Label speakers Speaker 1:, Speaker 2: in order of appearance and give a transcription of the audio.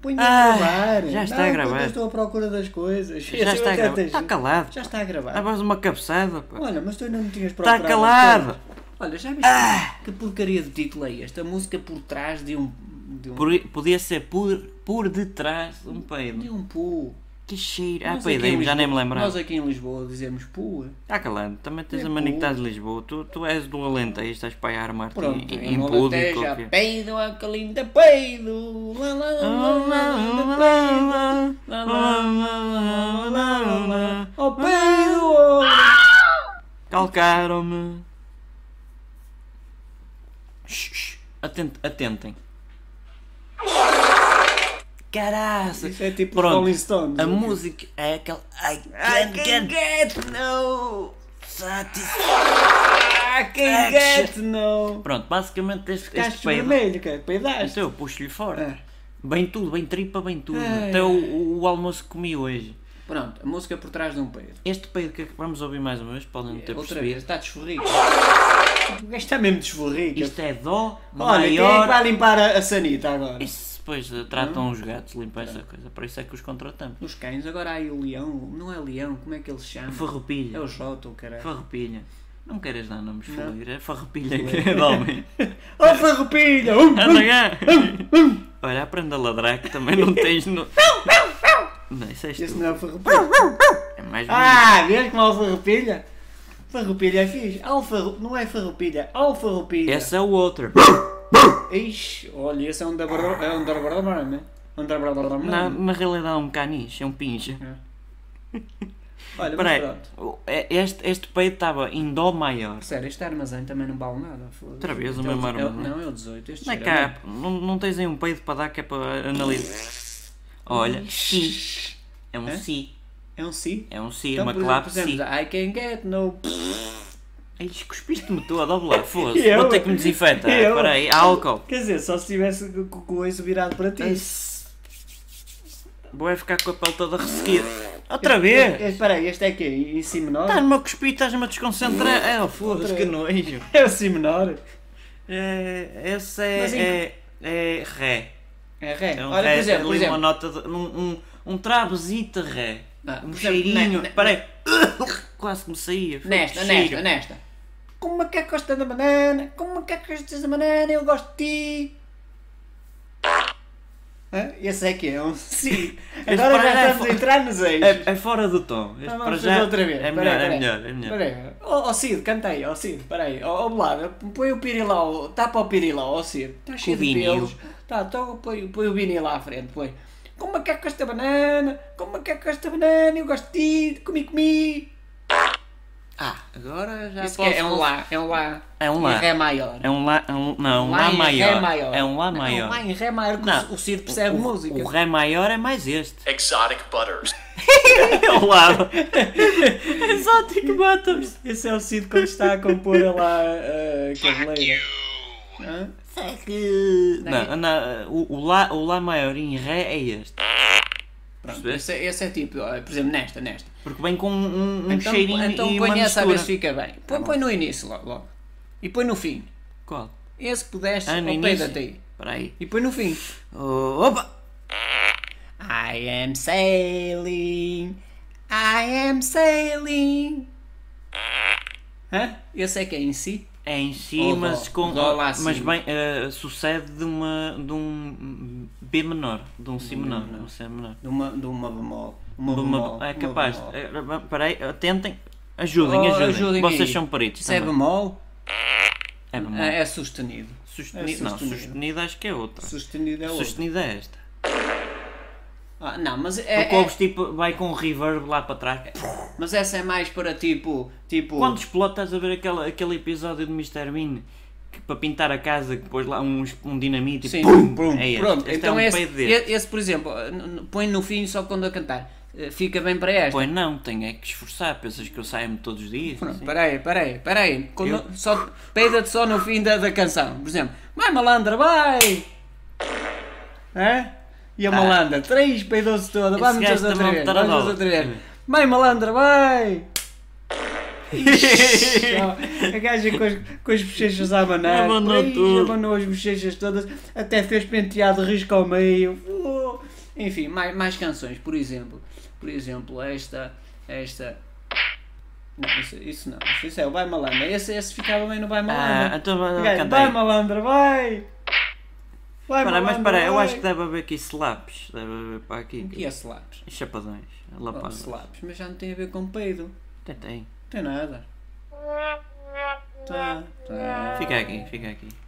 Speaker 1: Põe
Speaker 2: Ah,
Speaker 1: a gravar.
Speaker 2: já está
Speaker 1: não,
Speaker 2: a
Speaker 1: porque
Speaker 2: gravar.
Speaker 1: Eu estou à procura das coisas. é
Speaker 2: Já está a gravar. Está calado. Tá
Speaker 1: Já está a gravar.
Speaker 2: Dá mais uma cabeçada, pá.
Speaker 1: Olha, mas tu ainda não tinhas
Speaker 2: Está
Speaker 1: procurado. as
Speaker 2: Tá calado. Ah.
Speaker 1: coisas. Olha, já viste que porcaria de título é este? A música por trás de um. de um.
Speaker 2: Por- podia ser por, por detrás um
Speaker 1: de
Speaker 2: peido.
Speaker 1: um pu.
Speaker 2: Que cheiro. Ah,
Speaker 1: Nós aqui em
Speaker 2: peidei já nem me
Speaker 1: Lisboa-
Speaker 2: lembrava.
Speaker 1: Nós aqui em Lisboa dizemos pu.
Speaker 2: Está calado. Também tens
Speaker 1: É
Speaker 2: a mania que
Speaker 1: puro.
Speaker 2: estás de Lisboa. Tu, tu és do Alentejo, estás para aí a armar-te
Speaker 1: Pronto,
Speaker 2: em, em
Speaker 1: em Alentejo
Speaker 2: público.
Speaker 1: há
Speaker 2: ok?
Speaker 1: peido, a calinda peido. Lá, lá,
Speaker 2: Ah,
Speaker 1: lá, lá, lá, lá, peido. Oh peido! oh.
Speaker 2: Ah. Calcaram-me. Shh, shh. Atent- atentem. Caraca!
Speaker 1: Isso é tipo
Speaker 2: Pronto.
Speaker 1: Rolling Stones.
Speaker 2: A
Speaker 1: ok?
Speaker 2: música é aquela. I
Speaker 1: I
Speaker 2: can't
Speaker 1: can
Speaker 2: get
Speaker 1: get no.
Speaker 2: satisfied.
Speaker 1: I can get no.
Speaker 2: Pronto, basicamente este, este
Speaker 1: Ficaste
Speaker 2: peido.
Speaker 1: vermelho, cara. Peidaste.
Speaker 2: Então eu puxo-lhe fora.
Speaker 1: Ah.
Speaker 2: Bem tudo, bem tripa, bem tudo.
Speaker 1: Ai,
Speaker 2: Até o, o- o almoço que comi hoje.
Speaker 1: Pronto, a música por trás de um peido.
Speaker 2: Este peido que vamos ouvir mais uma vez, podem não ter
Speaker 1: Outra
Speaker 2: percebido.
Speaker 1: vez, está desforrico. O gajo está mesmo desforrico.
Speaker 2: Isto é dó
Speaker 1: Olha, quem é que vai
Speaker 2: maior.
Speaker 1: limpar a, a sanita agora?
Speaker 2: Isso depois eh,
Speaker 1: Hum?
Speaker 2: tratam os gatos, limpar essa coisa. Para isso é que os contratamos.
Speaker 1: Os cães, agora há aí o leão. Não é leão, como é que ele se chama? É
Speaker 2: Farroupilha.
Speaker 1: o Jota, o caralho.
Speaker 2: Farroupilha. Não queres dar nomes folir, é farroupilha que é de homem.
Speaker 1: Ó Farroupilha! Oh, Um,
Speaker 2: Anda
Speaker 1: um.
Speaker 2: cá!
Speaker 1: hum.
Speaker 2: Olha, aprende a ladrar que também não tens no. Não, isso é
Speaker 1: Esse
Speaker 2: estúpido.
Speaker 1: não é o Farroupilha.
Speaker 2: É mais bonito.
Speaker 1: Ah, vês como é o Farroupilha? Farroupilha é fixe. Alfarro... Não é Farroupilha, Alfarroupilha.
Speaker 2: Esse é o outro.
Speaker 1: Ixi, olha, esse é um Dabro... É um Dabro... né? Um Dabro...
Speaker 2: Na, na realidade é um caniche, é um pinche.
Speaker 1: Olha,
Speaker 2: Espera
Speaker 1: mas
Speaker 2: aí,
Speaker 1: pronto.
Speaker 2: o- é- este, este peito estava em dó maior.
Speaker 1: Sério, este armazém também não vale nada. foda-se.
Speaker 2: Outra vez o
Speaker 1: Então,
Speaker 2: mesmo
Speaker 1: é o-
Speaker 2: armazém.
Speaker 1: Não, é o 18. Este
Speaker 2: Não é
Speaker 1: cheiro
Speaker 2: cá,
Speaker 1: mesmo.
Speaker 2: não, não tens aí um peido para dar que é para analisar. Olha, si. É um
Speaker 1: É?
Speaker 2: si.
Speaker 1: É um si?
Speaker 2: É um si,
Speaker 1: Então,
Speaker 2: uma
Speaker 1: por exemplo,
Speaker 2: clave
Speaker 1: por exemplo,
Speaker 2: si.
Speaker 1: I can get no...
Speaker 2: Ai, cuspiste-me toda, olha lá,
Speaker 1: E
Speaker 2: foda-se.
Speaker 1: eu?
Speaker 2: Vou ter que me desinfetar.
Speaker 1: E eu?
Speaker 2: Espera aí, álcool.
Speaker 1: Quer dizer, só se tivesse com o coiso virado para ti.
Speaker 2: Vou é ficar com a pele toda ressequida. Outra vez? Tá
Speaker 1: Espera aí, este é que Em si menor?
Speaker 2: Estás-me a cuspir, estás-me a desconcentrar. É, foda-se,
Speaker 1: Outra
Speaker 2: que
Speaker 1: vez.
Speaker 2: nojo.
Speaker 1: É o si menor.
Speaker 2: É, esse é,
Speaker 1: Mas em-
Speaker 2: é, é ré.
Speaker 1: É ré.
Speaker 2: É um
Speaker 1: Olha,
Speaker 2: ré,
Speaker 1: por exemplo,
Speaker 2: tem
Speaker 1: por
Speaker 2: ali
Speaker 1: exemplo.
Speaker 2: uma nota de. um, um, um trabozito ré.
Speaker 1: Ah,
Speaker 2: um
Speaker 1: por exemplo,
Speaker 2: cheirinho.
Speaker 1: ne- ne-
Speaker 2: Peraí. Quase que me saía. foi
Speaker 1: Nesta,
Speaker 2: um
Speaker 1: nesta,
Speaker 2: cheiro.
Speaker 1: nesta. Como é que gostas da banana? Como é que gostas da banana? Eu gosto de ti. Hã? Esse é que é um si. Agora
Speaker 2: para já
Speaker 1: já
Speaker 2: é
Speaker 1: estamos a
Speaker 2: fo-
Speaker 1: entrar nos ex.
Speaker 2: É, é fora do tom. Este
Speaker 1: Ah,
Speaker 2: para
Speaker 1: Vamos
Speaker 2: já
Speaker 1: fazer outra vez.
Speaker 2: É
Speaker 1: Peraí,
Speaker 2: melhor, é
Speaker 1: peraí.
Speaker 2: melhor, é melhor.
Speaker 1: Peraí. Ó ó Cid, canta aí, ó Cid, peraí. Ó ó, Blada, põe o pirilau, tapa o pirilau, ó Cid. Está cheio de
Speaker 2: vinil.
Speaker 1: pelos. Tá, então põe, põe o vinil lá à frente, põe. Como é que é com esta banana? Como é que é com esta banana? Eu gosto de ti, comi, comi.
Speaker 2: Ah, agora já
Speaker 1: Isso que
Speaker 2: posso...
Speaker 1: é, é um lá, é um lá.
Speaker 2: É um lá.
Speaker 1: Em ré maior.
Speaker 2: É um lá, é um, não, um lá,
Speaker 1: em
Speaker 2: maior.
Speaker 1: Ré maior.
Speaker 2: É um lá
Speaker 1: Não,
Speaker 2: maior.
Speaker 1: lá em ré maior que
Speaker 2: Não.
Speaker 1: o Cid percebe
Speaker 2: o,
Speaker 1: música.
Speaker 2: O ré maior é mais este.
Speaker 3: Exotic butters.
Speaker 2: É o lado. Exótico Bottoms.
Speaker 1: Esse é o Cid quando está a compor lá a cabeleira. Hã?
Speaker 2: Não, não, o, o lá, o lá maior em ré é este.
Speaker 1: Pronto, esse,
Speaker 2: Percebeste?
Speaker 1: é- esse é tipo, olha, por exemplo, nesta, nesta.
Speaker 2: Porque vem com um, um
Speaker 1: Então,
Speaker 2: cheirinho
Speaker 1: então
Speaker 2: e uma
Speaker 1: põe essa a ver
Speaker 2: mistura. Tá
Speaker 1: se fica bem. Põe, põe no início logo, logo. E põe no fim.
Speaker 2: Qual?
Speaker 1: Esse que pudeste,
Speaker 2: Ah,
Speaker 1: ah,
Speaker 2: no
Speaker 1: peida
Speaker 2: início?
Speaker 1: ti.
Speaker 2: Espera aí.
Speaker 1: E põe no fim.
Speaker 2: Oh, opa!
Speaker 1: I am sailing, I am sailing. Hã? Esse é que é em si?
Speaker 2: É em si,
Speaker 1: Ou dó.
Speaker 2: mas com.
Speaker 1: Dó lá
Speaker 2: mas
Speaker 1: acima.
Speaker 2: bem, eh, sucede de uma. de um B menor, de um Si menor, de um C menor.
Speaker 1: De uma, de uma bemol. Hum. Uma
Speaker 2: De uma-
Speaker 1: bemol.
Speaker 2: é
Speaker 1: uma
Speaker 2: capaz.
Speaker 1: bemol.
Speaker 2: Espera aí, tentem. Ajudem,
Speaker 1: Oh,
Speaker 2: ajudem.
Speaker 1: ajudem
Speaker 2: Vocês
Speaker 1: aí.
Speaker 2: são peritos.
Speaker 1: Se é
Speaker 2: também.
Speaker 1: bemol,
Speaker 2: É bom.
Speaker 1: é, é sustenido.
Speaker 2: Sustenido,
Speaker 1: é
Speaker 2: não,
Speaker 1: sustenido.
Speaker 2: sustenido acho que é outra.
Speaker 1: Sustenido é outro.
Speaker 2: Sustenida é esta.
Speaker 1: Ah, não, mas
Speaker 2: É,
Speaker 1: é,
Speaker 2: Porque
Speaker 1: é-
Speaker 2: ouves, tipo, vai com um reverb lá para trás.
Speaker 1: mas essa é mais para tipo. tipo
Speaker 2: Quando explode, estás a ver aquele, aquele episódio do Mr. Bean que, para pintar a casa que pôs lá uns, um dinamite
Speaker 1: Sim,
Speaker 2: e pum,
Speaker 1: pum,
Speaker 2: é este.
Speaker 1: pronto.
Speaker 2: Este
Speaker 1: então
Speaker 2: é um
Speaker 1: esse,
Speaker 2: peido deste.
Speaker 1: esse, por exemplo, n- n- põe no fim só quando a cantar. Eh, Fica bem para esta.
Speaker 2: Pois não, tenho é que esforçar. Pensas que eu saio-me todos os dias?
Speaker 1: Pronto,
Speaker 2: Assim?
Speaker 1: peraí, peraí, peraí. Quando, só, peida-te só no fim da, da canção. Por exemplo, vai malandra, vai! Hã? E a malandra, três, peidou-se toda,
Speaker 2: Ah. Esse
Speaker 1: vamos todos
Speaker 2: gajo
Speaker 1: outra
Speaker 2: também é
Speaker 1: vez, vamos
Speaker 2: um
Speaker 1: todos
Speaker 2: taradola.
Speaker 1: outra vez. Vai malandra, vai! é Ó, a gaja com as, com as bochechas a abanar, por
Speaker 2: Abanou
Speaker 1: aí,
Speaker 2: tudo.
Speaker 1: abanou as bochechas todas, até fez penteado risco ao meio. Fu- Enfim, mais, mais canções, por exemplo. Por exemplo, esta. Esta. Não, isso, isso não. Isso, isso é o Vai Malandra. Esse, esse ficava bem no Vai
Speaker 2: Ah,
Speaker 1: Malandra.
Speaker 2: então vai-
Speaker 1: Gajo,
Speaker 2: canta
Speaker 1: vai
Speaker 2: aí.
Speaker 1: Malandra, vai! Vai
Speaker 2: Espera, mas
Speaker 1: Malandra,
Speaker 2: espera, eu
Speaker 1: vai!
Speaker 2: acho que deve haver aqui slaps. Deve haver para aqui.
Speaker 1: O que é slaps?
Speaker 2: Chapadões.
Speaker 1: Oh,
Speaker 2: Lapadas.
Speaker 1: slaps, mas já não tem a ver com peido. Não
Speaker 2: Tem, tem.
Speaker 1: tem nada. Tá, tá.
Speaker 2: Fica aqui, fica aqui.